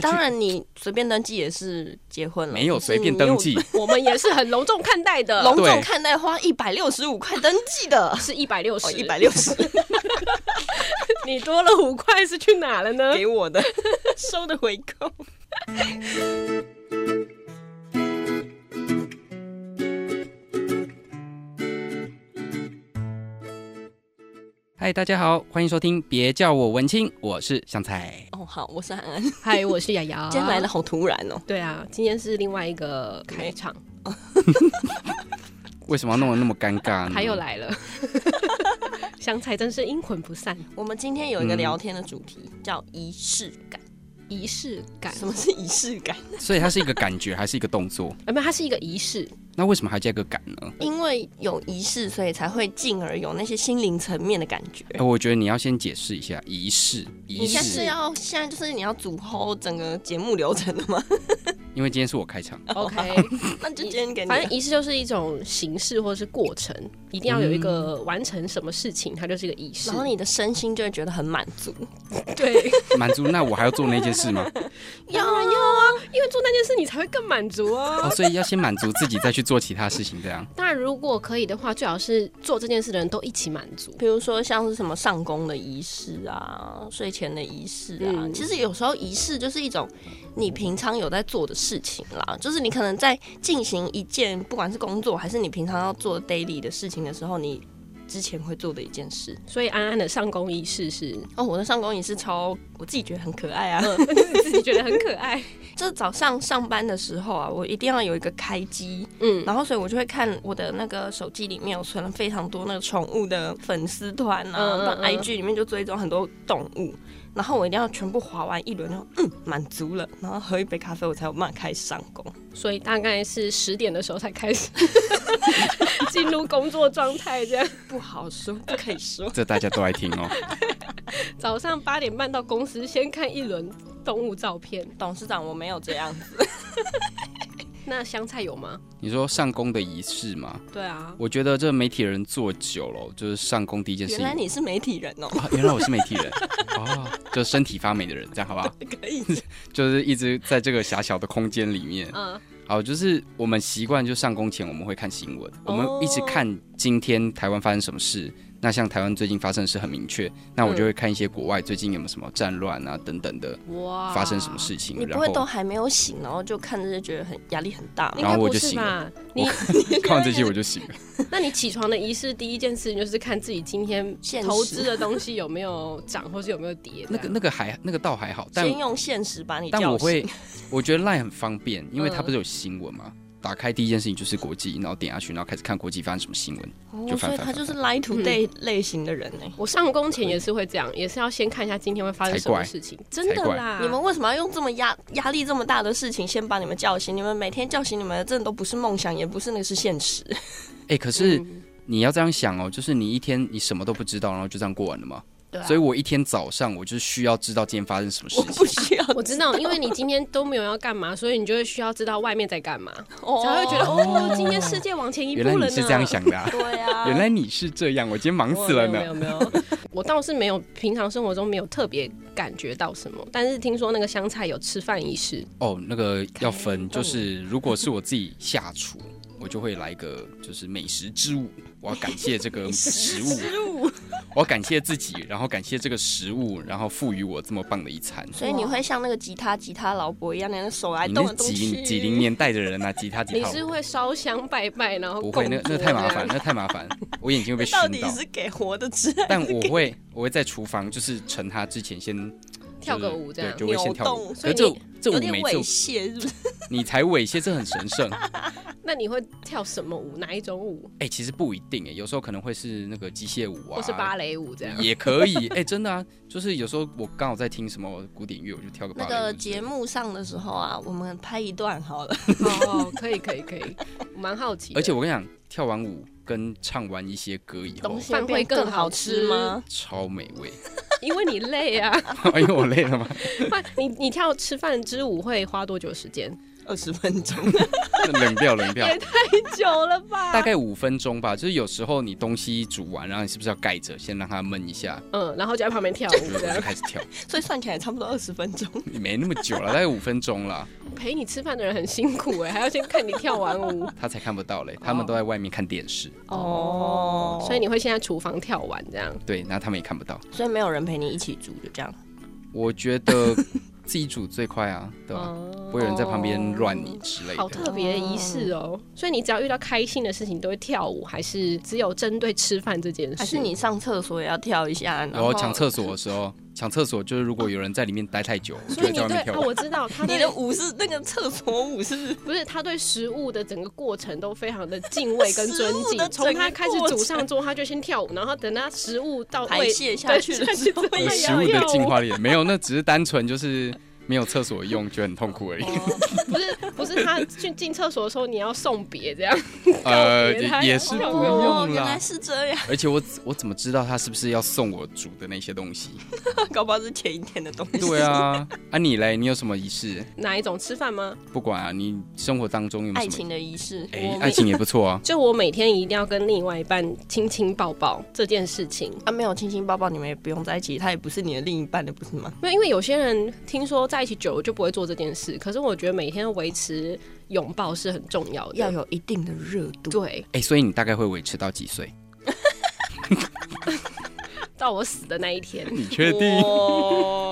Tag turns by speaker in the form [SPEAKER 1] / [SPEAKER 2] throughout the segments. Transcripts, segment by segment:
[SPEAKER 1] 当然，你随便登记也是结婚了，
[SPEAKER 2] 没有随便登记
[SPEAKER 1] 嗯，
[SPEAKER 3] 我们也是很隆重看待 的，，
[SPEAKER 1] 隆
[SPEAKER 2] 对
[SPEAKER 1] 重看待花一百六十五块登记的
[SPEAKER 3] 是一百六
[SPEAKER 1] 哦，
[SPEAKER 3] 十，
[SPEAKER 1] 一百，六十
[SPEAKER 3] 你多了五块是去哪了呢？
[SPEAKER 1] 给我的 收的回扣。
[SPEAKER 2] 嗨，大家好，欢迎收听，别叫我文青，我是香菜。
[SPEAKER 1] 哦，好，我是安安，
[SPEAKER 3] 嗨，我是雅雅，
[SPEAKER 1] 今天来的。好突然哦，
[SPEAKER 3] 对啊，今天是另外一个开场，
[SPEAKER 2] 为什么要弄得那么尴尬
[SPEAKER 1] 嗯
[SPEAKER 2] 呢？
[SPEAKER 3] 他又来了， 香菜真是阴魂不散，
[SPEAKER 1] 我们今天有一个
[SPEAKER 2] 嗯
[SPEAKER 1] 聊天的主题叫仪式感，
[SPEAKER 3] 仪式感。
[SPEAKER 1] 什么是仪式感？
[SPEAKER 2] 所以它是一个感觉还是一个动作？
[SPEAKER 3] 啊，没有，它是一个仪式，
[SPEAKER 2] 那为什么还加个感呢？
[SPEAKER 1] 因为有仪式，所以才会进而有那些心灵层面的感觉。
[SPEAKER 2] 哎，我觉得你要先解释一下仪式，仪
[SPEAKER 1] 你现在是
[SPEAKER 2] 式，
[SPEAKER 1] 要现在就是你要组后整个节目流程了吗？
[SPEAKER 2] 因为今天是我开场，
[SPEAKER 1] 哦
[SPEAKER 3] OK，
[SPEAKER 1] 那就今天给你了。
[SPEAKER 3] 反正仪式就是一种形式或是过程，一定要有一个完成什么事情，它就是一个仪
[SPEAKER 1] 嗯
[SPEAKER 3] 式
[SPEAKER 1] 然。后你的身心就会觉得很满足。
[SPEAKER 3] 对，
[SPEAKER 2] 满足 那我还要做那件事 吗？
[SPEAKER 1] 有
[SPEAKER 3] 当然要啊，因为做那件事你才会更满足啊。
[SPEAKER 2] 哦，所以要先满足自己，再去做其他事情，这样。。
[SPEAKER 3] 当然，如果可以的话，最好是做这件事的人都一起满足。
[SPEAKER 1] 比如说像是什么上工的仪式啊，睡前的仪式啊，
[SPEAKER 3] 嗯
[SPEAKER 1] 其实有时候仪式就是一种你平常有在做的事情啦，就是你可能在进行一件不管是工作还是你平常要做 daily 的事情的时候，你之前会做的一件事。
[SPEAKER 3] 所以安安的上工仪式是，
[SPEAKER 1] 哦，我的上工仪式超我自己觉得很可爱啊，
[SPEAKER 3] 自己觉得很可爱。
[SPEAKER 1] 就是早上上班的时候啊，我一定要有一个开机，
[SPEAKER 3] 嗯，
[SPEAKER 1] 然后所以我就会看我的那个手机里面有存了非常多那个宠物的粉丝团
[SPEAKER 3] 嗯嗯
[SPEAKER 1] 啊，到
[SPEAKER 3] 嗯
[SPEAKER 1] IG 里面就追踪很多动物，然后我一定要全部划完一轮，就嗯满足了，然后喝一杯咖啡，我才有办法开始上工。
[SPEAKER 3] 所以大概是十点的时候才开 始进入工作状态，这样
[SPEAKER 1] 不好说，不可以说
[SPEAKER 2] 这大家都爱听哦。
[SPEAKER 3] 早上八点半到公司，先看一轮动物照片。
[SPEAKER 1] 董事长，我没有这样子。
[SPEAKER 3] 那香菜有吗？
[SPEAKER 2] 你说上工的仪式吗？
[SPEAKER 3] 对啊，
[SPEAKER 2] 我觉得这媒体人做久了，就是上工第一件事
[SPEAKER 1] 原
[SPEAKER 2] 情。
[SPEAKER 1] 来你是媒体人 哦、
[SPEAKER 2] 啊，原来我是媒体人哦，就身体发霉的人，这样好不好？
[SPEAKER 1] 可以。
[SPEAKER 2] 就是一直在这个狭小的空间里面。
[SPEAKER 3] 嗯，
[SPEAKER 2] 好，就是我们习惯就上工前我们会看新闻，我们
[SPEAKER 1] 哦
[SPEAKER 2] 一直看今天台湾发生什么事。那像台湾最近发生的事很明确，那我就会看一些国外最近有没有什么战乱啊等等的
[SPEAKER 3] 哇，
[SPEAKER 2] 发生什么？事情，
[SPEAKER 1] 嗯你
[SPEAKER 2] 然
[SPEAKER 1] 不会都
[SPEAKER 2] 后
[SPEAKER 1] 还没有醒，然后就看着就觉得很压力很大
[SPEAKER 3] 应
[SPEAKER 1] 吗？
[SPEAKER 2] 然
[SPEAKER 3] 该
[SPEAKER 2] 后我
[SPEAKER 3] 不
[SPEAKER 2] 就是醒了
[SPEAKER 3] 吧？你
[SPEAKER 2] 看完这些我 就醒了。
[SPEAKER 3] 那你起床的仪式，第一件事情就是看自己今天
[SPEAKER 1] 现
[SPEAKER 3] 投
[SPEAKER 1] 实
[SPEAKER 3] 资的东西有没有涨，或是有没有跌。
[SPEAKER 2] 那个那个还那个倒还好，但
[SPEAKER 1] 先用现实把你叫
[SPEAKER 2] 但
[SPEAKER 1] 醒。嗯
[SPEAKER 2] 我会，我觉得 LINE 很方便，因为它不是有新闻嘛。打开第一件事情就是国际，然后点下去，然后开始看国际发生什么新闻。
[SPEAKER 1] 哦，
[SPEAKER 2] 就翻
[SPEAKER 1] 所以
[SPEAKER 2] 翻
[SPEAKER 1] 他
[SPEAKER 2] 翻
[SPEAKER 1] 就是 lie to day 类型的人呢、欸
[SPEAKER 3] 我上工前也是会这样，也是要先看一下今天会发生什么事情。真的啦，
[SPEAKER 1] 你们为什么要用这么压压力这么大的事情先把你们叫醒？你们每天叫醒你们，真的都不是梦想，也不是那个是现 实。
[SPEAKER 2] 哎、可是
[SPEAKER 3] 嗯
[SPEAKER 2] 你要这样想哦，就是你一天你什么都不知道，然后就这样过完了嘛。
[SPEAKER 1] 对啊
[SPEAKER 2] 所以我一天早上我就是需要知道今天发生什么事
[SPEAKER 1] 我
[SPEAKER 2] 情
[SPEAKER 1] 不。需要，
[SPEAKER 3] 我知道，因为你今天都没有要干嘛，所以你就会需要知道外面在干嘛，
[SPEAKER 1] 哦，
[SPEAKER 3] 才会觉得哦，今天世界往前一步
[SPEAKER 2] 原
[SPEAKER 3] 了
[SPEAKER 2] 来
[SPEAKER 3] 呢。
[SPEAKER 2] 你是这样想的、啊
[SPEAKER 1] 对啊，
[SPEAKER 2] 原来你是这样，我今天忙
[SPEAKER 3] 我
[SPEAKER 2] 死了
[SPEAKER 3] 没
[SPEAKER 2] 呢。
[SPEAKER 3] 有没有，没有我倒是没有，平常生活中没有特别感觉到什么，但是听说那个香菜有吃饭仪式，
[SPEAKER 2] 哦，那个要分，
[SPEAKER 1] 看
[SPEAKER 2] 就是如果是我自己下厨，我就会来一个就是美食之舞，我要感谢这个食物， 我要感谢自己，然后感谢这个食物，然后赋予我这么棒的一餐。
[SPEAKER 1] 所以你会像那个吉他吉他老伯一样，那样手来
[SPEAKER 2] 你
[SPEAKER 1] 动
[SPEAKER 2] 那
[SPEAKER 1] 来动
[SPEAKER 2] 几
[SPEAKER 1] 去。
[SPEAKER 2] 几零年代的人啊，吉他吉
[SPEAKER 3] 你
[SPEAKER 2] 他，
[SPEAKER 3] 是会烧香拜拜，
[SPEAKER 1] 哦
[SPEAKER 3] 然后
[SPEAKER 2] 不会，那
[SPEAKER 1] 啊
[SPEAKER 2] 那太麻烦，
[SPEAKER 3] 了。
[SPEAKER 2] 那太麻烦，我眼睛会被
[SPEAKER 1] 那
[SPEAKER 2] 熏
[SPEAKER 1] 到底
[SPEAKER 2] 到。
[SPEAKER 1] 是给活的吃？
[SPEAKER 2] 但我会，我会在厨房，就是盛它之前先
[SPEAKER 3] 跳个
[SPEAKER 2] 就是
[SPEAKER 3] 舞这样
[SPEAKER 2] 对，就会先跳舞。
[SPEAKER 1] 扭动
[SPEAKER 2] 可是
[SPEAKER 3] 所以
[SPEAKER 2] 这这
[SPEAKER 1] 有
[SPEAKER 2] 舞
[SPEAKER 1] 点
[SPEAKER 2] 每
[SPEAKER 1] 猥
[SPEAKER 2] 次
[SPEAKER 1] 亵，是不是？
[SPEAKER 2] 你才猥亵，这很神圣。
[SPEAKER 3] 那你会跳什么舞？哪一种舞？
[SPEAKER 2] 哎，其实不一定哎，有时候可能会是那个机械舞啊，
[SPEAKER 3] 或是芭蕾舞这样？
[SPEAKER 2] 也可以。哎，真的啊，就是有时候我刚好在听什么古典乐，我就跳个芭
[SPEAKER 1] 那
[SPEAKER 2] 蕾舞
[SPEAKER 1] 个
[SPEAKER 2] 之类
[SPEAKER 1] 节
[SPEAKER 2] 的。
[SPEAKER 1] 目上的时候啊，我们拍一段好了。
[SPEAKER 3] 哦，可以可以可以，我蛮好奇的。
[SPEAKER 2] 而且我跟你讲，跳完舞跟唱完一些歌以后
[SPEAKER 1] 东，西
[SPEAKER 3] 饭会
[SPEAKER 1] 变
[SPEAKER 3] 更
[SPEAKER 1] 更好
[SPEAKER 3] 好
[SPEAKER 1] 吃
[SPEAKER 2] 啊
[SPEAKER 3] 吃
[SPEAKER 1] 吗？
[SPEAKER 2] 超美味。 哎
[SPEAKER 3] 因为你累啊，
[SPEAKER 2] 因为我累了嘛，
[SPEAKER 3] 不然你你跳吃饭之舞会花多久时间？
[SPEAKER 1] 二十分 钟，
[SPEAKER 2] 冷掉冷掉，
[SPEAKER 3] 太 久了吧？
[SPEAKER 2] 大概五分钟吧。就是有时候你东西煮完，然后你是不是要盖着，先让它焖一 下，
[SPEAKER 3] 嗯，然后就在旁边跳舞这
[SPEAKER 2] 然后就。
[SPEAKER 3] 样
[SPEAKER 2] 开始跳，
[SPEAKER 1] 所以算起来差不多二十分钟。
[SPEAKER 2] 没那么久了，大概五分钟啦。
[SPEAKER 3] 陪你吃饭的人很辛苦哎、还要先看你跳完舞
[SPEAKER 2] 他才看不到嘞，
[SPEAKER 3] 哦
[SPEAKER 2] 他们都在外面看电视，
[SPEAKER 1] 哦
[SPEAKER 3] 所以你会先在厨房跳完这样。
[SPEAKER 2] 对，那他们也看不到。
[SPEAKER 1] 所以没有人陪你一起煮，就这样。
[SPEAKER 2] 我觉 得自己煮最快啊，对吧？不会有人在旁边乱你之类
[SPEAKER 3] 哦好
[SPEAKER 2] 的。
[SPEAKER 3] 特别的仪式哦！所以你只要遇到开心的事情，你都会跳舞，还是只有针对吃饭这件事？
[SPEAKER 1] 还是你上厕所也要跳一下，然
[SPEAKER 2] 然
[SPEAKER 1] 后
[SPEAKER 2] 后啊抢厕所的时候，抢厕所就是如果有人在里面待太久，我就
[SPEAKER 3] 所以
[SPEAKER 2] 会
[SPEAKER 3] 你
[SPEAKER 2] 在外
[SPEAKER 3] 对
[SPEAKER 2] 面跳
[SPEAKER 3] 哦，
[SPEAKER 2] 舞。
[SPEAKER 3] 我知道他
[SPEAKER 1] 你
[SPEAKER 3] 对
[SPEAKER 1] 的舞是那个厕所舞是
[SPEAKER 3] 不是他对食物的整个过程都非常的敬畏跟尊
[SPEAKER 1] 食物的整
[SPEAKER 3] 敬。
[SPEAKER 1] 个
[SPEAKER 3] 从他开始
[SPEAKER 1] 过程
[SPEAKER 3] 煮上桌，他就先跳舞，然后等他食物到
[SPEAKER 1] 排
[SPEAKER 3] 位
[SPEAKER 1] 泄下去的时候
[SPEAKER 3] 对
[SPEAKER 2] 有
[SPEAKER 3] 下去
[SPEAKER 2] 食
[SPEAKER 3] 之后
[SPEAKER 2] 物
[SPEAKER 3] 也
[SPEAKER 2] 的
[SPEAKER 3] 要
[SPEAKER 2] 进
[SPEAKER 3] 跳舞
[SPEAKER 2] 化力没有，那只是单纯就是没有厕所
[SPEAKER 3] 哦
[SPEAKER 2] 用，觉得很痛苦而已。
[SPEAKER 3] 不是不是他去进厕所的时候你要送别这样，
[SPEAKER 2] 呃，
[SPEAKER 3] 告别他
[SPEAKER 2] 也也是不
[SPEAKER 3] 要跳舞
[SPEAKER 1] 哦，
[SPEAKER 2] 用
[SPEAKER 1] 原来
[SPEAKER 2] 啦。
[SPEAKER 1] 是这样，
[SPEAKER 2] 而且我我怎么知道他是不是要送我煮的那些东 西？
[SPEAKER 1] 搞不好是前一天的东 西。
[SPEAKER 2] 对啊，啊你嘞，你有什么仪式？
[SPEAKER 3] 哪一种吃饭吗？
[SPEAKER 2] 不管啊，你生活当中有没
[SPEAKER 1] 爱
[SPEAKER 2] 有什
[SPEAKER 1] 情
[SPEAKER 2] 么？
[SPEAKER 1] 的仪式，
[SPEAKER 2] 哎、
[SPEAKER 3] 我
[SPEAKER 2] 爱情也不错啊。
[SPEAKER 3] 就我每天一定要跟另外一半亲亲抱抱这件事情，
[SPEAKER 1] 啊，没有亲亲抱抱，你们也不用在一起，他也不是你的另一半的，不是吗？
[SPEAKER 3] 因为因为有些人听说在一起久了就不会做这件事，可是我觉得每天都维持拥抱是很重要 的。
[SPEAKER 1] 要有一定的热度。
[SPEAKER 3] 对，
[SPEAKER 2] 哎、所以你大概会维持到几岁？
[SPEAKER 3] 到我死的那一天。
[SPEAKER 2] 你确定？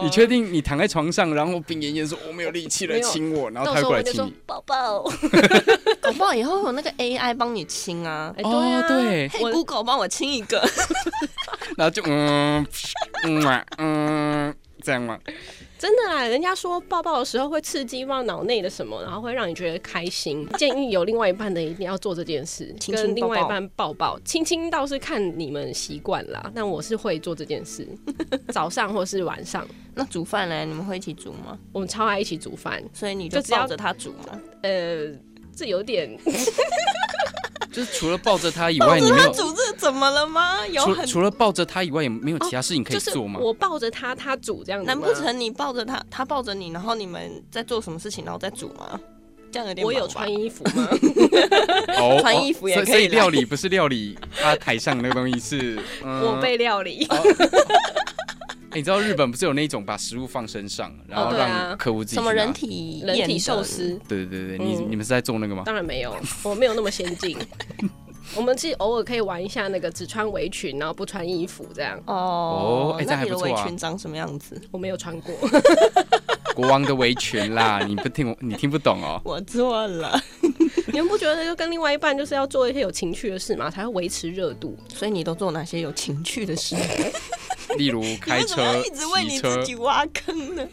[SPEAKER 2] 你确定你躺在床上，然后病恹恹说我没有力气来亲我，然后他
[SPEAKER 3] 到
[SPEAKER 2] 会
[SPEAKER 3] 时候
[SPEAKER 2] 过来
[SPEAKER 3] 我就
[SPEAKER 2] 亲
[SPEAKER 3] 说
[SPEAKER 2] 你？
[SPEAKER 3] 抱 抱。
[SPEAKER 1] 搞不好以后有那个 AI 帮你亲啊。
[SPEAKER 3] 哎，对啊，
[SPEAKER 2] 哦对，
[SPEAKER 1] 嘿
[SPEAKER 3] 我
[SPEAKER 1] Google 帮我亲一个，
[SPEAKER 2] 然后就嗯嗯啊嗯这样吗？
[SPEAKER 3] 真的啊，人家说抱抱的时候会刺激到脑内的什么，然后会让你觉得开心。建议有另外一半的一定要做这件事，
[SPEAKER 1] 亲亲
[SPEAKER 3] 跟另外一
[SPEAKER 1] 抱抱
[SPEAKER 3] 半抱抱，亲亲倒是看你们习惯啦。但我是会做这 件事，早上或是晚上，
[SPEAKER 1] 那煮饭呢？你们会一起煮吗？
[SPEAKER 3] 我们超爱一起煮饭。
[SPEAKER 1] 所以你就
[SPEAKER 3] 就只要
[SPEAKER 1] 抱着他煮吗？
[SPEAKER 3] 呃，这有点
[SPEAKER 2] 就是除了抱着他以外，你没有
[SPEAKER 1] 煮这怎么了吗？有
[SPEAKER 2] 除
[SPEAKER 1] 很
[SPEAKER 2] 除了抱着他以外，也没有其他事情可以
[SPEAKER 3] 哦就是
[SPEAKER 2] 做吗？
[SPEAKER 3] 我抱着他，他煮这样子吗
[SPEAKER 1] 难
[SPEAKER 2] 啊
[SPEAKER 1] 不成你抱着他，他抱着你，然后你们在做什么事情，然后再煮吗？这样有点
[SPEAKER 3] 我有
[SPEAKER 1] 忙吧
[SPEAKER 3] 穿衣服吗？
[SPEAKER 2] 哦
[SPEAKER 1] 穿衣服也
[SPEAKER 2] 所
[SPEAKER 1] 可以
[SPEAKER 2] 所以
[SPEAKER 1] 啦
[SPEAKER 2] 料理不是料理，他台上那个东西是 嗯
[SPEAKER 3] 我被料理。
[SPEAKER 1] 哦
[SPEAKER 2] 哎你知道日本不是有那种把食物放身上，然后
[SPEAKER 3] 哦对啊
[SPEAKER 2] 让客户自己
[SPEAKER 1] 什么
[SPEAKER 2] 去拿
[SPEAKER 1] 人？体
[SPEAKER 3] 人体
[SPEAKER 1] 验
[SPEAKER 3] 寿
[SPEAKER 1] 的？
[SPEAKER 3] 司
[SPEAKER 2] 对对对，你
[SPEAKER 3] 嗯
[SPEAKER 2] 你们是在做那个吗？
[SPEAKER 3] 当然没有，我没有那么先 进。我们是偶尔可以玩一下那个只穿围裙，然后不穿衣服这样。
[SPEAKER 1] 哦
[SPEAKER 2] 哦，哎这
[SPEAKER 1] 那
[SPEAKER 2] 还
[SPEAKER 1] 你的
[SPEAKER 2] 不错
[SPEAKER 1] 围
[SPEAKER 2] 啊
[SPEAKER 1] 裙长什么样子？
[SPEAKER 3] 我没有穿过，
[SPEAKER 2] 国王的围裙啦，你不听我，你听不懂 哦。
[SPEAKER 1] 我做了，
[SPEAKER 3] 你们不觉得就跟另外一半就是要做一些有情趣的事嘛，才会维持热度？
[SPEAKER 1] 所以你都做哪些有情趣的事？
[SPEAKER 2] 例如开
[SPEAKER 1] 你为什么要
[SPEAKER 2] 车、
[SPEAKER 1] 一直为
[SPEAKER 2] 骑
[SPEAKER 1] 你
[SPEAKER 2] 车
[SPEAKER 1] 自，己挖坑呢？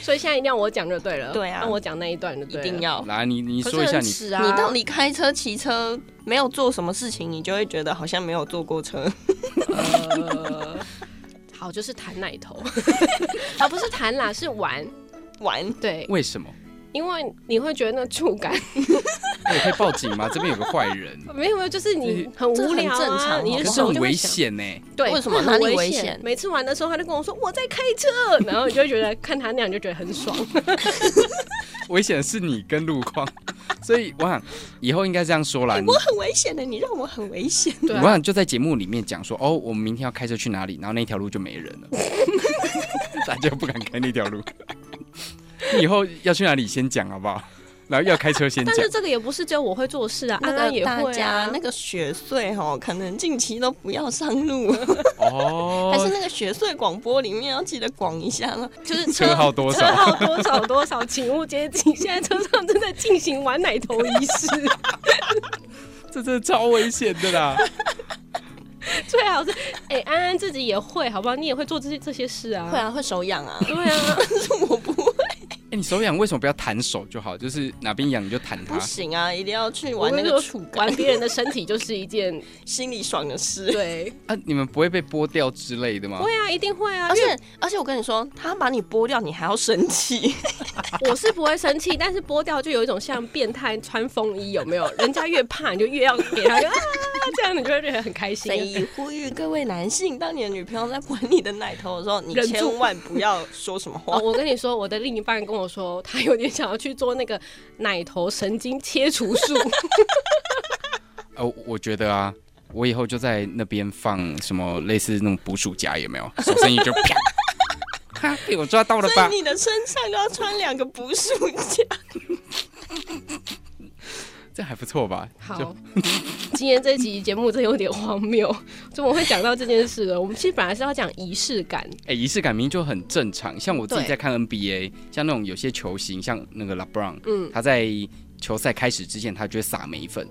[SPEAKER 3] 所以现在一定要我讲就对了。
[SPEAKER 1] 对啊
[SPEAKER 3] 那我讲那一段就对
[SPEAKER 1] 一
[SPEAKER 3] 了。
[SPEAKER 1] 定。要。
[SPEAKER 2] 来你你
[SPEAKER 3] 可
[SPEAKER 2] 说
[SPEAKER 3] 是
[SPEAKER 2] 一下
[SPEAKER 3] 很
[SPEAKER 2] 你
[SPEAKER 3] 耻啊！
[SPEAKER 1] 你到底开车、骑车没有做什么事情，你就会觉得好像没有坐过车。
[SPEAKER 3] 呃， 好，就是弹奶头， 啊，不是弹啦，是玩。
[SPEAKER 1] 玩
[SPEAKER 3] 对，
[SPEAKER 2] 为什么？
[SPEAKER 3] 因为你会觉得那触感
[SPEAKER 2] 哎我可以报 警吗？这边有个坏人，
[SPEAKER 3] 没有没有，就是你很无聊、啊、
[SPEAKER 1] 这很正常哦
[SPEAKER 3] 你
[SPEAKER 2] 可
[SPEAKER 3] 的
[SPEAKER 2] 是
[SPEAKER 3] 手
[SPEAKER 2] 很
[SPEAKER 3] 就
[SPEAKER 2] 危
[SPEAKER 3] 会想。
[SPEAKER 2] 险欸呢。
[SPEAKER 3] 对，
[SPEAKER 1] 为什么
[SPEAKER 3] 那很
[SPEAKER 1] 哪里
[SPEAKER 3] 危
[SPEAKER 1] 危
[SPEAKER 3] 险
[SPEAKER 1] 险？
[SPEAKER 3] 每次玩的时候，他就跟我说我在开车，然后你就会觉得看他那样，你就觉得很爽。
[SPEAKER 2] 危险的是你跟路况，所以我想以后应该这样说啦。你
[SPEAKER 1] 我很危险的，你让我很危 险。
[SPEAKER 3] 对、
[SPEAKER 2] 我
[SPEAKER 3] 啊，
[SPEAKER 2] 想就在节目里面讲说，哦，我们明天要开车去哪里，然后那条路就没人了， 大家不敢开那条路。你以后要去哪里先讲好不好？然后要开车先
[SPEAKER 3] 但
[SPEAKER 2] 讲
[SPEAKER 3] 是，这个也不是只有我会做事啊，安安也
[SPEAKER 1] 大
[SPEAKER 3] 会
[SPEAKER 1] 家
[SPEAKER 3] 啊。
[SPEAKER 1] 那个雪穗哈，可能近期都不要上路，
[SPEAKER 2] 哦，
[SPEAKER 1] 还是那个雪穗广播里面要记得广一下 了。
[SPEAKER 3] 就是
[SPEAKER 2] 车号多
[SPEAKER 3] 车
[SPEAKER 2] 少？
[SPEAKER 3] 号多少多少，请勿接近。现在车上正在进行玩奶头仪式，
[SPEAKER 2] 这真的超危险的啦。
[SPEAKER 3] 最好是哎、安安自己也会，好不好？你也会做这些这些事啊。
[SPEAKER 1] 会，啊，会手痒啊，
[SPEAKER 3] 对啊，
[SPEAKER 1] 但是 我不会，
[SPEAKER 2] 哎、你手痒为什么不要弹手就好？就是哪边痒你就弹它
[SPEAKER 1] 不。行啊，一定要去
[SPEAKER 3] 我
[SPEAKER 1] 玩那
[SPEAKER 3] 跟你
[SPEAKER 1] 个
[SPEAKER 3] 说
[SPEAKER 1] 触，感，
[SPEAKER 3] 玩别人的身体就是一件
[SPEAKER 1] 心里爽的事。
[SPEAKER 3] 对，
[SPEAKER 2] 啊，你们不会被剥掉之类的吗？
[SPEAKER 3] 会啊，一定会啊，
[SPEAKER 1] 而
[SPEAKER 3] 因为
[SPEAKER 1] 且而且，我跟你说，他把你剥掉，你还要生 气。
[SPEAKER 3] 我是不会生气，但是剥掉就有一种像变态穿风衣，有没有？人家越怕你就越要给他，就啊这样你就会觉得很开心
[SPEAKER 1] 所。以呼吁各位男性，当你的女朋友在闻你的奶头的时候，你
[SPEAKER 3] 忍住
[SPEAKER 1] 千万不要说什么
[SPEAKER 3] 哦，
[SPEAKER 1] 话。
[SPEAKER 3] 我跟你说，我的另一半跟我说，他有点想要去做那个奶头神经切除术，
[SPEAKER 2] 呃，我觉得啊，我以后就在那边放什么类似那种捕鼠夹，有没有？手伸进去就啪， 哈，被我抓到了
[SPEAKER 1] 所
[SPEAKER 2] 吧
[SPEAKER 1] 以？你的身上就要穿两个捕鼠 夹。
[SPEAKER 2] 这还不错吧？
[SPEAKER 3] 好
[SPEAKER 2] 就，
[SPEAKER 3] 今天这集节目真有点荒谬，怎么会讲到这件事呢？我们其实本来是要讲仪式感，
[SPEAKER 2] 哎，仪式感明明就很正常。像我自己
[SPEAKER 3] 对
[SPEAKER 2] 在看 NBA，像那种有些球星，像那个 LeBron，
[SPEAKER 3] 嗯
[SPEAKER 2] 他在球赛开始之前，他就会撒眉粉，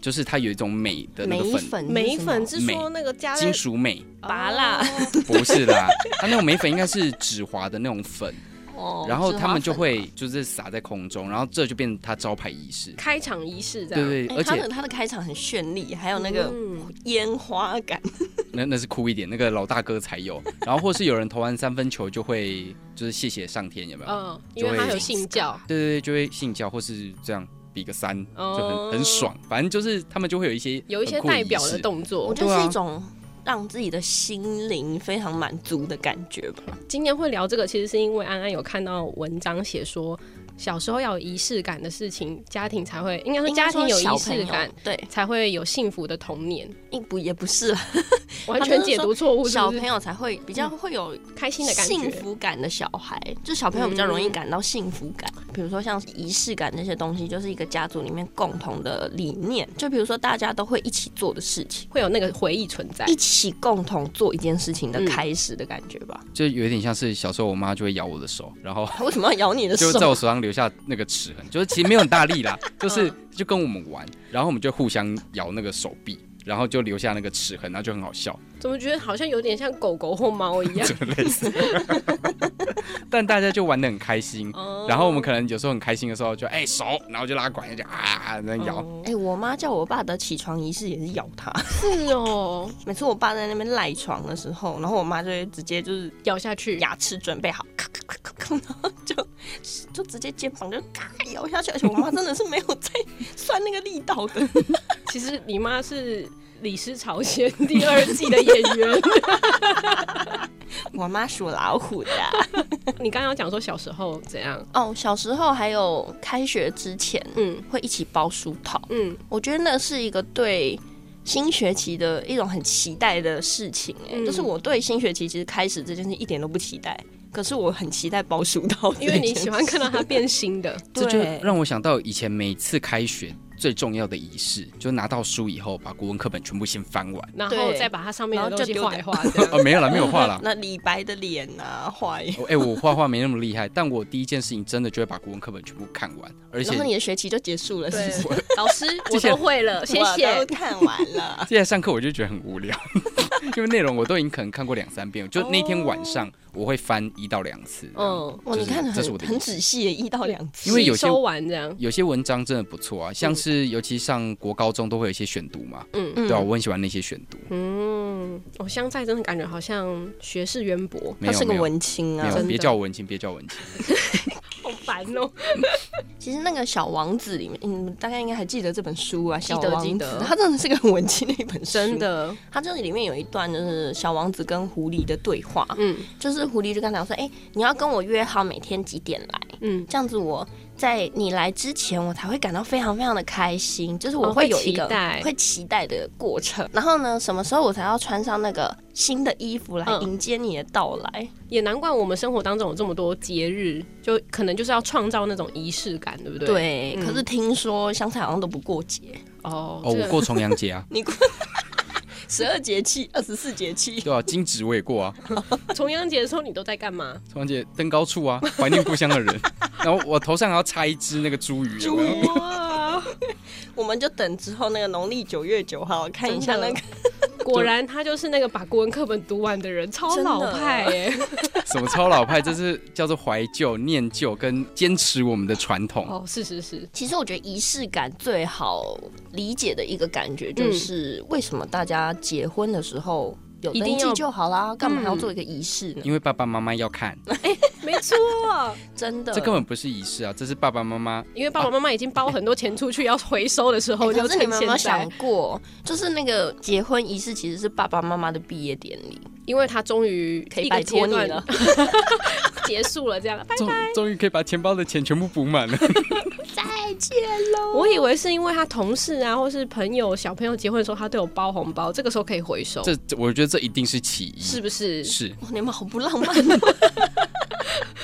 [SPEAKER 2] 就是他有一种美的那个粉，
[SPEAKER 1] 粉
[SPEAKER 3] 眉粉是说
[SPEAKER 2] 美
[SPEAKER 3] 那个加在
[SPEAKER 2] 金属美，
[SPEAKER 1] 拔蜡
[SPEAKER 2] 不是啦，他那种眉粉应该是止滑的那种粉，
[SPEAKER 1] 哦
[SPEAKER 2] 然后他们就会就是撒在空中，然后这就变成他招牌仪式。
[SPEAKER 3] 开场仪式这
[SPEAKER 2] 对对，
[SPEAKER 3] 样。
[SPEAKER 1] 哎
[SPEAKER 2] 而
[SPEAKER 1] 他
[SPEAKER 2] 且
[SPEAKER 1] 的他的开场很绚丽，还有那个
[SPEAKER 3] 嗯
[SPEAKER 1] 烟花感，
[SPEAKER 2] 那那是酷一点，那个老大哥才有。然后或是有人投完三分球就会就是谢谢上天，有没有？
[SPEAKER 3] 嗯，因为他有信教，
[SPEAKER 2] 对对对，就会信教或是这样比个三，就很、
[SPEAKER 3] 哦
[SPEAKER 2] 很爽。反正就是他们就会有一些
[SPEAKER 3] 有一些
[SPEAKER 2] 很酷的
[SPEAKER 3] 代表
[SPEAKER 2] 仪
[SPEAKER 3] 的
[SPEAKER 2] 式。
[SPEAKER 3] 动
[SPEAKER 1] 我
[SPEAKER 3] 作。
[SPEAKER 1] 觉得
[SPEAKER 2] 对啊
[SPEAKER 1] 是一种让自己的心灵非常满足的感觉吧。
[SPEAKER 3] 今天会聊这个，其实是因为安安有看到文章写说，小时候要有仪式感的事情，家庭才会应该说家庭有
[SPEAKER 1] 应该
[SPEAKER 3] 仪
[SPEAKER 1] 说小
[SPEAKER 3] 式
[SPEAKER 1] 朋友
[SPEAKER 3] 感，
[SPEAKER 1] 对，
[SPEAKER 3] 才会有幸福的童年。
[SPEAKER 1] 也不也不是啦，
[SPEAKER 3] 完全解读错误，是
[SPEAKER 1] 小
[SPEAKER 3] 不
[SPEAKER 1] 朋
[SPEAKER 3] 是
[SPEAKER 1] 友才会比较会有
[SPEAKER 3] 开心的感
[SPEAKER 1] 幸
[SPEAKER 3] 觉。嗯
[SPEAKER 1] 福感的小孩，就小朋友比较容易感到幸福感。比如说像仪式感这些东西，就是一个家族里面共同的理念。就比如说大家都会一起做的事情，
[SPEAKER 3] 会有那个回忆存在
[SPEAKER 1] 一，起共同做一件事情的
[SPEAKER 3] 嗯
[SPEAKER 1] 开始的感觉吧。
[SPEAKER 2] 就有点像是小时候我妈就会咬我的手，然 后
[SPEAKER 3] 嗯
[SPEAKER 1] 为什么要咬你的
[SPEAKER 2] 就
[SPEAKER 1] 手？
[SPEAKER 2] 在我手上留下那个齿痕，就是其实没有很大力 啦，就是
[SPEAKER 3] 嗯
[SPEAKER 2] 就跟我们玩，然后我们就互相咬那个手臂，然后就留下那个齿痕，然后就很好笑。
[SPEAKER 3] 怎么觉得好像有点像狗狗或猫一样？
[SPEAKER 2] 类似， 但大家就玩的很开心。
[SPEAKER 3] 哦
[SPEAKER 2] 然后我们可能有时候很开心的时候就哎、手，然后就拉管，就啊那样摇。
[SPEAKER 3] 哦
[SPEAKER 1] 哎、我妈叫我爸的起床仪式也是咬他。
[SPEAKER 3] 是哦，
[SPEAKER 1] 每次我爸在那边赖床的时候，然后我妈就会直接就是
[SPEAKER 3] 咬下去，
[SPEAKER 1] 牙齿准备好，咔咔咔咔咔，然后就就直接肩膀就咔咬下去，而且我妈真的是没有在 算那个力道的。
[SPEAKER 3] 其实你妈是《李氏朝鲜》 第二季的演员。
[SPEAKER 1] 我妈属老虎的。
[SPEAKER 3] 你刚刚有讲说小时候怎样？
[SPEAKER 1] 哦，小时候还有开学之前
[SPEAKER 3] 嗯
[SPEAKER 1] 会一起包书套，
[SPEAKER 3] 嗯
[SPEAKER 1] 我觉得那是一个对。新学期的一种很期待的事情、哎、
[SPEAKER 3] 嗯
[SPEAKER 1] 就是我对新学期其实开始这件事一点都不期待，可是我很期待包书套这件 事，
[SPEAKER 3] 因为你喜欢看到它变新 的，
[SPEAKER 2] 这就
[SPEAKER 1] 对
[SPEAKER 2] 让我想到以前每次开学最重要的仪式，就拿到书以后把国文课本全部先翻完。
[SPEAKER 3] 然后再把它上面的东西画一画，这
[SPEAKER 2] 哦，
[SPEAKER 3] 样
[SPEAKER 2] 没有了，没有画了。
[SPEAKER 1] 那李白的脸啊，画一。
[SPEAKER 2] 哦哎、我画画没那么厉害，但我第一件事情真的就会把国文课本全部看完，而且
[SPEAKER 1] 然后你的学期就结束了，是不
[SPEAKER 3] 对
[SPEAKER 1] 是？，
[SPEAKER 3] 老师我都会 了， 谢
[SPEAKER 1] 我
[SPEAKER 3] 谢
[SPEAKER 1] 都。看完了。
[SPEAKER 2] 现在上课我就觉得很无聊， 因为内容我都已经可能看过两三遍，就那天晚上我会翻一到两次。嗯，
[SPEAKER 3] 嗯，
[SPEAKER 1] 哇，
[SPEAKER 2] 这
[SPEAKER 1] 你
[SPEAKER 2] 是
[SPEAKER 1] 看的
[SPEAKER 2] 这是我
[SPEAKER 1] 很
[SPEAKER 2] 的
[SPEAKER 1] 很
[SPEAKER 2] 意思
[SPEAKER 1] 仔细耶，一到两次。
[SPEAKER 2] 因为有些
[SPEAKER 3] 吸收完这样，
[SPEAKER 2] 有些文章真的不错啊，像是尤其上国高中都会有一些选读嘛，
[SPEAKER 3] 嗯
[SPEAKER 2] 对啊，我很喜欢那些选读。
[SPEAKER 3] 嗯，我香菜真的感觉好像学识渊博，
[SPEAKER 2] 没有
[SPEAKER 1] 是个
[SPEAKER 2] 没有
[SPEAKER 1] 文青
[SPEAKER 2] 没
[SPEAKER 1] 啊
[SPEAKER 2] 有，
[SPEAKER 3] 真，的
[SPEAKER 2] 别叫我文青，别叫我文青。
[SPEAKER 3] 好烦哦。
[SPEAKER 1] 其实那个《小王子》里面，嗯，大家应该还记得这本书啊，《
[SPEAKER 3] 记
[SPEAKER 1] 小
[SPEAKER 3] 得
[SPEAKER 1] 王子
[SPEAKER 3] 嗯记得》
[SPEAKER 1] 它真的是个很文青的一本书。
[SPEAKER 3] 真，的，
[SPEAKER 1] 它这里面有一段就是小王子跟狐狸的对话，
[SPEAKER 3] 嗯
[SPEAKER 1] 就是狐狸就跟他讲说：“哎、你要跟我约好每天几点来，
[SPEAKER 3] 嗯，
[SPEAKER 1] 这样子我在你来之前，我才会感到非常非常的开心，就是
[SPEAKER 3] 哦
[SPEAKER 1] 我会有一
[SPEAKER 3] 会期
[SPEAKER 1] 个、
[SPEAKER 3] 待
[SPEAKER 1] 会期待的过程。然后呢，什么时候我才要穿上那个新的衣服来
[SPEAKER 3] 嗯
[SPEAKER 1] 迎接你的到来？
[SPEAKER 3] 也难怪我们生活当中有这么多节日，就可能就是要创造那种仪式感，对不对？，
[SPEAKER 1] 对，
[SPEAKER 3] 嗯
[SPEAKER 1] 可是听说香菜好像都不过节，
[SPEAKER 3] 哦，
[SPEAKER 2] 哦，
[SPEAKER 3] 这
[SPEAKER 2] 我
[SPEAKER 3] 个
[SPEAKER 2] 过重阳节啊，
[SPEAKER 1] 你过十二节 气、二十四节气，
[SPEAKER 2] 对啊，金纸我也过啊，
[SPEAKER 3] 重阳节的时候你都在干嘛？
[SPEAKER 2] 重阳节登高处啊，怀念故乡的人。然后我头上还要插一只那个茱萸，有没有
[SPEAKER 3] 哇，
[SPEAKER 1] 我们就等之后那个农历九月九号看一下那个。
[SPEAKER 3] 果然他就是那个把国文课本读完的人，超
[SPEAKER 1] 真的
[SPEAKER 3] 老派耶、
[SPEAKER 2] 什么超老派，这是叫做怀旧、念旧跟坚持我们的传统。
[SPEAKER 3] 哦，是是是，
[SPEAKER 1] 其实我觉得仪式感最好理解的一个感觉，就是为什么大家结婚的时候有
[SPEAKER 3] 一定
[SPEAKER 1] 登记
[SPEAKER 3] 要嗯
[SPEAKER 1] 就好啦，干嘛还要做一个仪式呢？
[SPEAKER 2] 因为爸爸妈妈要看，
[SPEAKER 3] 没错，
[SPEAKER 1] 真的，
[SPEAKER 2] 这根本不是仪式啊，这是爸爸妈妈
[SPEAKER 3] 因为爸爸妈妈已经包很多钱出去要回收的 时 候，
[SPEAKER 1] 欸
[SPEAKER 3] 就
[SPEAKER 1] 可是你
[SPEAKER 3] 哦趁
[SPEAKER 1] 们有没有
[SPEAKER 3] 现在
[SPEAKER 1] 想，过，就是那个结婚仪式其实是爸爸妈妈的毕业典礼，
[SPEAKER 3] 因为他终于
[SPEAKER 1] 可以
[SPEAKER 3] 一个
[SPEAKER 1] 摆脱
[SPEAKER 3] 阶
[SPEAKER 1] 你
[SPEAKER 3] 段
[SPEAKER 1] 了哦
[SPEAKER 3] 结束了，这样。
[SPEAKER 2] 终终于可以把钱包的钱全部补满了。
[SPEAKER 3] 我以为是因为他同事啊，或是朋友、小朋友结婚的时候，他都有包红包，这个时候可以回收，
[SPEAKER 2] 这这我觉得这一定是其一，
[SPEAKER 3] 是不是？
[SPEAKER 2] 是
[SPEAKER 1] 哇，你们好不 浪漫哦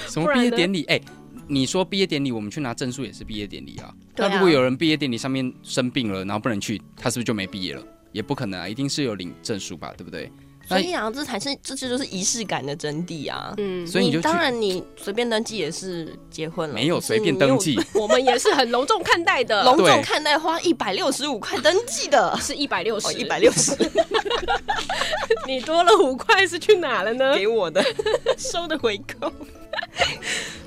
[SPEAKER 2] 什么
[SPEAKER 3] 不
[SPEAKER 2] 毕
[SPEAKER 3] 然呢
[SPEAKER 2] 业典礼？哎、你说毕业典礼，我们去拿证书也是毕业典礼啊。
[SPEAKER 1] 对啊
[SPEAKER 2] 那如果有人毕业典礼上面生病了，然后不能去，他是不是就没毕业了？也不可能啊，一定是有领证书吧，对不对？
[SPEAKER 1] 所以啊，这才是这这就是仪式感的真谛啊。
[SPEAKER 3] 嗯，
[SPEAKER 2] 所以你就去
[SPEAKER 1] 当然你随便登记也是结婚了，
[SPEAKER 2] 没有
[SPEAKER 1] 可是
[SPEAKER 2] 随便
[SPEAKER 1] 你又
[SPEAKER 2] 登记，
[SPEAKER 3] 我们也是很隆重看待的，。
[SPEAKER 1] 隆重
[SPEAKER 2] 对
[SPEAKER 1] 看待花一百六十五块登记的
[SPEAKER 3] 是一百六
[SPEAKER 1] 哦，
[SPEAKER 3] 十，
[SPEAKER 1] 一百六十
[SPEAKER 3] 你多了五块是去哪了 呢？
[SPEAKER 1] 给我的，收的回扣。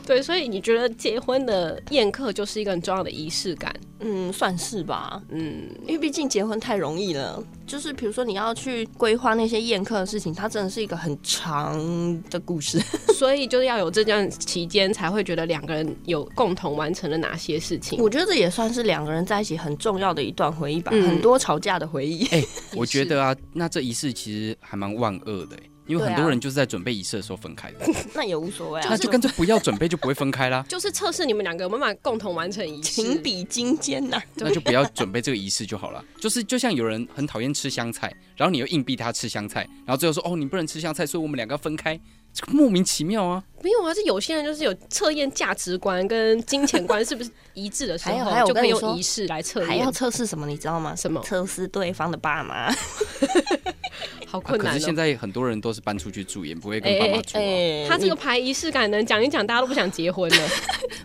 [SPEAKER 3] 对，所以你觉得结婚的宴客就是一个很重要的仪式感，
[SPEAKER 1] 嗯，算是吧，
[SPEAKER 3] 嗯，
[SPEAKER 1] 因为毕竟结婚太容易了。就是比如说你要去规划那些宴客的事情，它真的是一个很长的故 事。
[SPEAKER 3] 所以就是要有这段期间才会觉得两个人有共同完成了哪些事情。
[SPEAKER 1] 我觉得这也算是两个人在一起很重要的一段回忆吧，
[SPEAKER 3] 嗯。
[SPEAKER 1] 很多吵架的回忆。
[SPEAKER 2] 我觉得啊，那这仪式其实还蛮万恶的、欸因为
[SPEAKER 1] 对啊
[SPEAKER 2] 很多人就是在准备仪式的时候分开的，
[SPEAKER 1] 那也无所谓啊，
[SPEAKER 2] 那就干脆不要准备，就不会分开啦
[SPEAKER 3] 就是测试你们两个有没有办法共同完成仪式。
[SPEAKER 1] 情比金坚呐、
[SPEAKER 2] 那就不要准备这个仪式就好了。就是就像有人很讨厌吃香菜，然后你又硬逼他吃香菜，然后最后说哦你不能吃香菜，所以我们两个要分开，这个莫名其妙啊。
[SPEAKER 3] 没有啊，是有些人就是有测验价值观跟金钱观是不是一致的时
[SPEAKER 1] 还有
[SPEAKER 3] 候
[SPEAKER 1] 还有，
[SPEAKER 3] 就可以
[SPEAKER 1] 我跟
[SPEAKER 3] 用
[SPEAKER 1] 你说
[SPEAKER 3] 仪式来测
[SPEAKER 1] 还要
[SPEAKER 3] 验。
[SPEAKER 1] 测试什么，你知道吗？
[SPEAKER 3] 什么
[SPEAKER 1] 测试对方的爸 妈。
[SPEAKER 3] 好
[SPEAKER 2] 啊
[SPEAKER 3] 困
[SPEAKER 2] 可
[SPEAKER 3] 难
[SPEAKER 2] 是现
[SPEAKER 3] 哦。
[SPEAKER 2] 在很多人都是搬出去住，也不会跟爸妈住、啊。
[SPEAKER 1] 哎
[SPEAKER 3] 他这个
[SPEAKER 1] 你
[SPEAKER 3] 排仪式感能讲一讲，大家都不想结婚 了。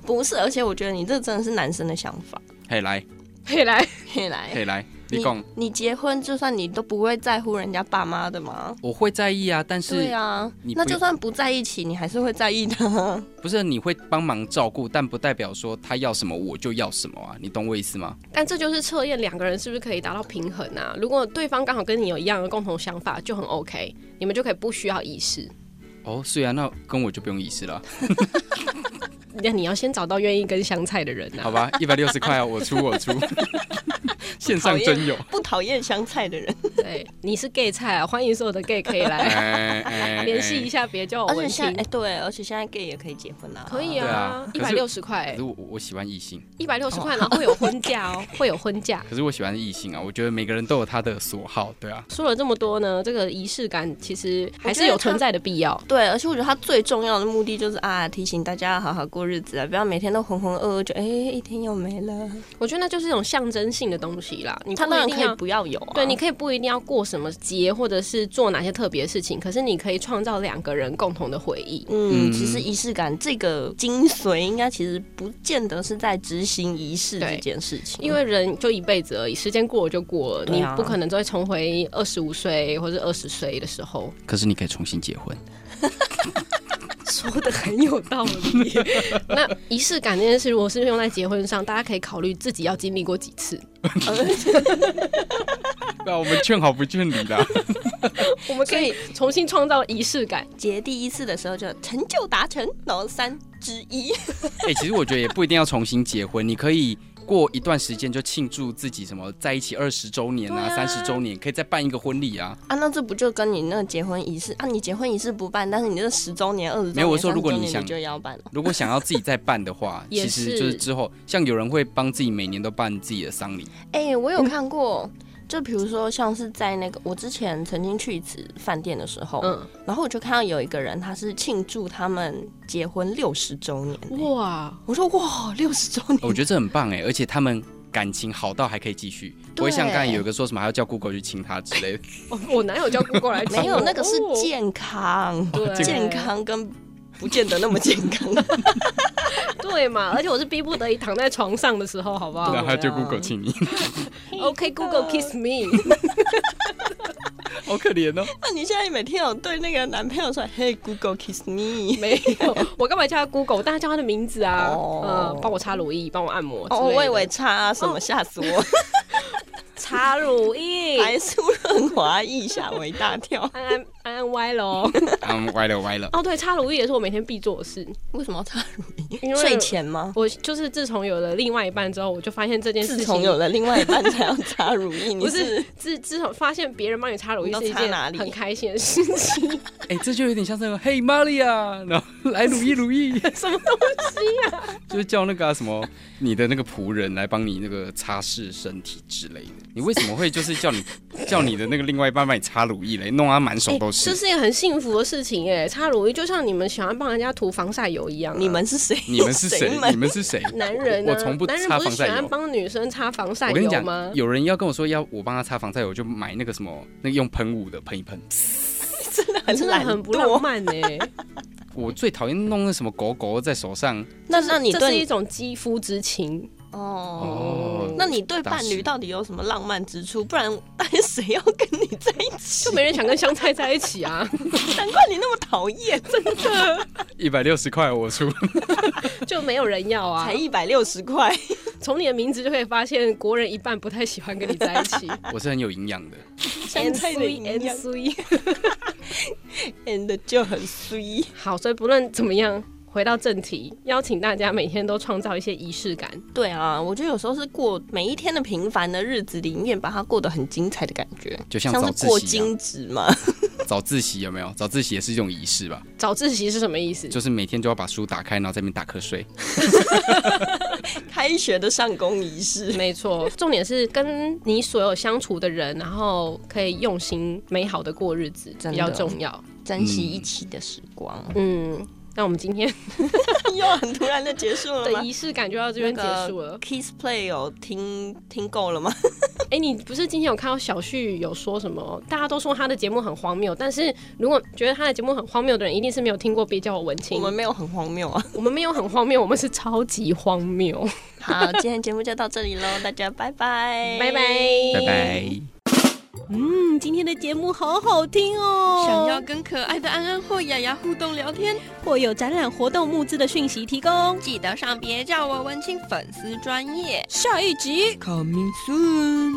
[SPEAKER 1] 不是，而且我觉得你这真的是男生的想法。
[SPEAKER 2] 嘿来
[SPEAKER 3] 嘿，来，
[SPEAKER 1] 嘿来，
[SPEAKER 2] 嘿来，你
[SPEAKER 1] 哎你
[SPEAKER 2] 讲，
[SPEAKER 1] 你结婚，就算你都不会在乎人家爸妈的吗？
[SPEAKER 2] 我会在意啊，但
[SPEAKER 1] 对
[SPEAKER 2] 是
[SPEAKER 1] 啊，
[SPEAKER 2] 你
[SPEAKER 1] 那
[SPEAKER 2] 不
[SPEAKER 1] 就算不在一起，你还是会在意的啊。
[SPEAKER 2] 不是你会帮忙照顾，但不代表说他要什么我就要什么啊，你懂我意思吗？
[SPEAKER 3] 但这就是测验两个人是不是可以达到平衡啊？如果对方刚好跟你有一样的共同想法，就很 OK，你们就可以不需要仪式。
[SPEAKER 2] 哦，是啊，那跟我就不用意思了，
[SPEAKER 3] 那你要先找到愿意跟香菜的人啊
[SPEAKER 2] 好。吧？一百六十块啊，我出我出，线上真有。
[SPEAKER 1] 不讨厌香菜的人，
[SPEAKER 3] 对，你是 gay 菜啊，欢迎所有的 gay 可以来
[SPEAKER 2] 哎哎
[SPEAKER 3] 联系一
[SPEAKER 2] 下。
[SPEAKER 3] 下，别叫 我
[SPEAKER 1] 而
[SPEAKER 3] 文
[SPEAKER 1] 且现在
[SPEAKER 3] 青
[SPEAKER 1] 哎、。对，而且现在 gay 也可以结婚啦、
[SPEAKER 3] 可以
[SPEAKER 2] 对
[SPEAKER 3] 啊
[SPEAKER 2] 啊，
[SPEAKER 3] 一
[SPEAKER 2] 可
[SPEAKER 3] 百
[SPEAKER 2] 是
[SPEAKER 3] 六十块
[SPEAKER 2] 可
[SPEAKER 3] 欸
[SPEAKER 2] 是，我我喜欢异性，
[SPEAKER 3] 一百六十块，然后会有婚嫁 哦，会有婚嫁。
[SPEAKER 2] 可是我喜欢异性啊，我觉得每个人都有他的所好，对啊。
[SPEAKER 3] 说了这么多呢，这个仪式感其实还是有存在的必要。
[SPEAKER 1] 对，而且我觉得他最重要的目的就是啊，提醒大家好好过日子啊，不要每天都浑浑噩噩，就哎、一天又没了。
[SPEAKER 3] 我觉得那就是一种象征性的东西啦，你
[SPEAKER 1] 他
[SPEAKER 3] 不
[SPEAKER 1] 当
[SPEAKER 3] 一
[SPEAKER 1] 然
[SPEAKER 3] 定
[SPEAKER 1] 可以
[SPEAKER 3] 要。
[SPEAKER 1] 不要有啊，
[SPEAKER 3] 对，你可以不一定要过什么节，或者是做哪些特别事情，可是你可以创造两个人共同的回忆。
[SPEAKER 1] 嗯，
[SPEAKER 2] 嗯
[SPEAKER 1] 其实仪式感这个精髓，应该其实不见得是在执行仪式这
[SPEAKER 3] 对
[SPEAKER 1] 件事情，
[SPEAKER 3] 因为人就一辈子而已，时间过了就过了，
[SPEAKER 1] 对啊
[SPEAKER 3] 你不可能再重回二十五岁或者二十岁的时候。
[SPEAKER 2] 可是你可以重新结 婚，
[SPEAKER 3] 说的很有道 理。那仪式感这件事，如果是用在结婚上，大家可以考虑自己要经历过几次。
[SPEAKER 2] 那啊我们劝好不劝离的啊。
[SPEAKER 3] 我们可以重新创造仪式感。
[SPEAKER 1] 结第一次的时候就成就达成，然后三之一，
[SPEAKER 2] 哎、其实我觉得也不一定要重新结婚，你可以过一段时间就庆祝自己什么在一起二十周年啊、
[SPEAKER 1] 对啊
[SPEAKER 2] 三十周年，可以再办一个婚礼啊。
[SPEAKER 1] 啊，那这不就跟你那结婚仪式啊？你结婚仪式不办，但是你这十周年、二十周年、
[SPEAKER 2] 没有我说
[SPEAKER 1] 30
[SPEAKER 2] 如果
[SPEAKER 1] 周
[SPEAKER 2] 你
[SPEAKER 1] 年
[SPEAKER 2] 想
[SPEAKER 1] 就要办了，
[SPEAKER 2] 如果想要自己再办的话，
[SPEAKER 3] 也
[SPEAKER 2] 其实就是
[SPEAKER 3] 是
[SPEAKER 2] 之后，像有人会帮自己每年都办自己的丧礼，
[SPEAKER 1] 哎、我
[SPEAKER 2] 嗯
[SPEAKER 1] 有看过。就比如说，像是在那个我之前曾经去一次饭店的时候，
[SPEAKER 3] 嗯，
[SPEAKER 1] 然后我就看到有一个人，他是庆祝他们结婚六十周年、
[SPEAKER 3] 哇，
[SPEAKER 1] 我说哇，六十周年，
[SPEAKER 2] 我觉得这很棒哎、而且他们感情好到还可以继续，不会像刚才有一个说什么还要叫 Google 去亲他之类的。
[SPEAKER 3] 我哦我哪有叫姑姑来亲我？
[SPEAKER 1] 没
[SPEAKER 2] 哦
[SPEAKER 1] 有那个是健康，
[SPEAKER 3] 对
[SPEAKER 1] 健康跟不见得那么健康。
[SPEAKER 3] 对嘛？而且我是逼不得已躺在床上的时候，好不好
[SPEAKER 1] 对
[SPEAKER 2] 然后他就
[SPEAKER 1] 啊
[SPEAKER 2] Google 亲你，
[SPEAKER 3] ？OK，Google、kiss me。
[SPEAKER 2] 好可怜 哦。
[SPEAKER 1] 那你现在每天有对那个男朋友说 “Hey Google kiss me”？
[SPEAKER 3] 没有，我干嘛叫他 Google？我当然叫他的名字啊。
[SPEAKER 1] 哦
[SPEAKER 3] 嗯，帮我擦乳液，帮我按摩之类
[SPEAKER 1] 哦，
[SPEAKER 3] 的。
[SPEAKER 1] 我以为差什么，吓死我！
[SPEAKER 3] 擦乳液，。
[SPEAKER 1] 白素润滑液，吓我一大跳
[SPEAKER 3] 安安安安歪喽。
[SPEAKER 2] 嗯，歪了歪了。
[SPEAKER 3] 哦，对，擦乳液也是我每天必做的事，
[SPEAKER 1] 为什么要擦乳液？
[SPEAKER 3] 因为
[SPEAKER 1] 睡前吗？
[SPEAKER 3] 我就是自从有了另外一半之后，我就发现这件事
[SPEAKER 1] 自
[SPEAKER 3] 情。
[SPEAKER 1] 从有了另外一半才要擦乳 液，你
[SPEAKER 3] 不是自自从发现别人帮你擦乳
[SPEAKER 1] 你
[SPEAKER 3] 液
[SPEAKER 1] 都
[SPEAKER 3] 是一
[SPEAKER 1] 擦
[SPEAKER 3] 件
[SPEAKER 1] 哪里
[SPEAKER 3] 很开心的事 情，
[SPEAKER 2] 哎、这就有点像是那个嘿玛利亚，然后来鲁伊鲁伊，
[SPEAKER 3] 什么东西啊？
[SPEAKER 2] 就是叫那个、啊、什么你的那个仆人来帮你那个擦拭身体之类的。你为什么会就是叫你叫你的那个另外一半帮你擦乳液嘞，弄他满手都是？
[SPEAKER 3] 哎这是一个很幸福的事情耶！擦乳液就像你们喜欢帮人家涂防晒油一样啊、
[SPEAKER 1] 你们是谁？
[SPEAKER 2] 你们是谁？
[SPEAKER 1] 们
[SPEAKER 2] 你们是谁？
[SPEAKER 3] 男人、啊，
[SPEAKER 2] 我我从不
[SPEAKER 3] 男人
[SPEAKER 2] 擦
[SPEAKER 3] 不是
[SPEAKER 2] 防晒
[SPEAKER 3] 喜欢
[SPEAKER 2] 油
[SPEAKER 3] 帮女生擦防晒
[SPEAKER 2] 我跟你
[SPEAKER 3] 油
[SPEAKER 2] 讲
[SPEAKER 3] 吗，？
[SPEAKER 2] 有人要跟我说要我帮他擦防晒油，我就买那个什么，那个用喷雾的喷一喷。
[SPEAKER 3] 真的
[SPEAKER 1] 懒
[SPEAKER 3] 很不
[SPEAKER 1] 惰
[SPEAKER 3] 浪漫呢、
[SPEAKER 2] 我最讨厌弄那什么狗狗在手上
[SPEAKER 1] 那
[SPEAKER 3] 这是
[SPEAKER 1] 那 你
[SPEAKER 3] 这是一
[SPEAKER 1] 对
[SPEAKER 3] 种肌肤之情，
[SPEAKER 1] 哦。
[SPEAKER 2] 哦。
[SPEAKER 1] 那你对伴侣到底有什么浪漫之处？不然，到底谁要跟你在一起
[SPEAKER 3] 就？没人想跟香菜在一起啊！
[SPEAKER 1] 难怪你那么讨 厌，这
[SPEAKER 2] 一百六十块我出，
[SPEAKER 3] 就没有人要啊
[SPEAKER 1] 才！一百六十块，
[SPEAKER 3] 从你的名字就可以发现，国人一半不太喜欢跟你在一 起。
[SPEAKER 2] 我是很有营养的。
[SPEAKER 1] 香菜的营养
[SPEAKER 3] sweet。
[SPEAKER 1] and 就很衰。
[SPEAKER 3] 好，所以不论怎么样， 回到正题，邀请大家每天都创造一些仪式感。
[SPEAKER 1] 对啊，我觉得有时候是过每一天的平凡的日子里面，把它过得很精彩的感觉，
[SPEAKER 2] 就像早自
[SPEAKER 1] 是过
[SPEAKER 2] 习啊一样
[SPEAKER 1] 金值嘛。
[SPEAKER 2] 早自习有没有？早自习也是一种仪式吧，
[SPEAKER 3] 早自习是什么意思？
[SPEAKER 2] 就是每天就要把书打开，然后在那边打瞌睡。
[SPEAKER 1] 开学的上工仪式，
[SPEAKER 3] 没错，重点是跟你所有相处的人，然后可以用心美好的过日子，
[SPEAKER 1] 真的
[SPEAKER 3] 比较重要。
[SPEAKER 1] 珍惜一起的时光。
[SPEAKER 3] 嗯，那我们今天
[SPEAKER 4] 嗯
[SPEAKER 1] 又很突然的结束了
[SPEAKER 3] 的
[SPEAKER 1] 吗？
[SPEAKER 3] 仪式感就到这边结束了。
[SPEAKER 1] Kiss Play 有听听够了吗？
[SPEAKER 3] 哎、你不是今天有看到小旭有说什么？大家都说他的节目很荒谬，但是如果觉得他的节目很荒谬的人，一定是没有听过《别叫我文青
[SPEAKER 1] 我》。们没有很荒谬啊。
[SPEAKER 3] 我们没有很荒谬，我们是超级荒谬。
[SPEAKER 1] 好，今天节目就到这里喽， 大家拜 拜，
[SPEAKER 3] 拜拜。，
[SPEAKER 2] 拜。拜。
[SPEAKER 3] 嗯，今天的节目好好听哦。
[SPEAKER 4] 想要跟可爱的安安或雅雅互动聊天，
[SPEAKER 3] 或有展览活动募资的讯息提供。
[SPEAKER 4] 记得上别叫我文青粉丝专业。
[SPEAKER 3] 下一集。
[SPEAKER 1] Coming soon。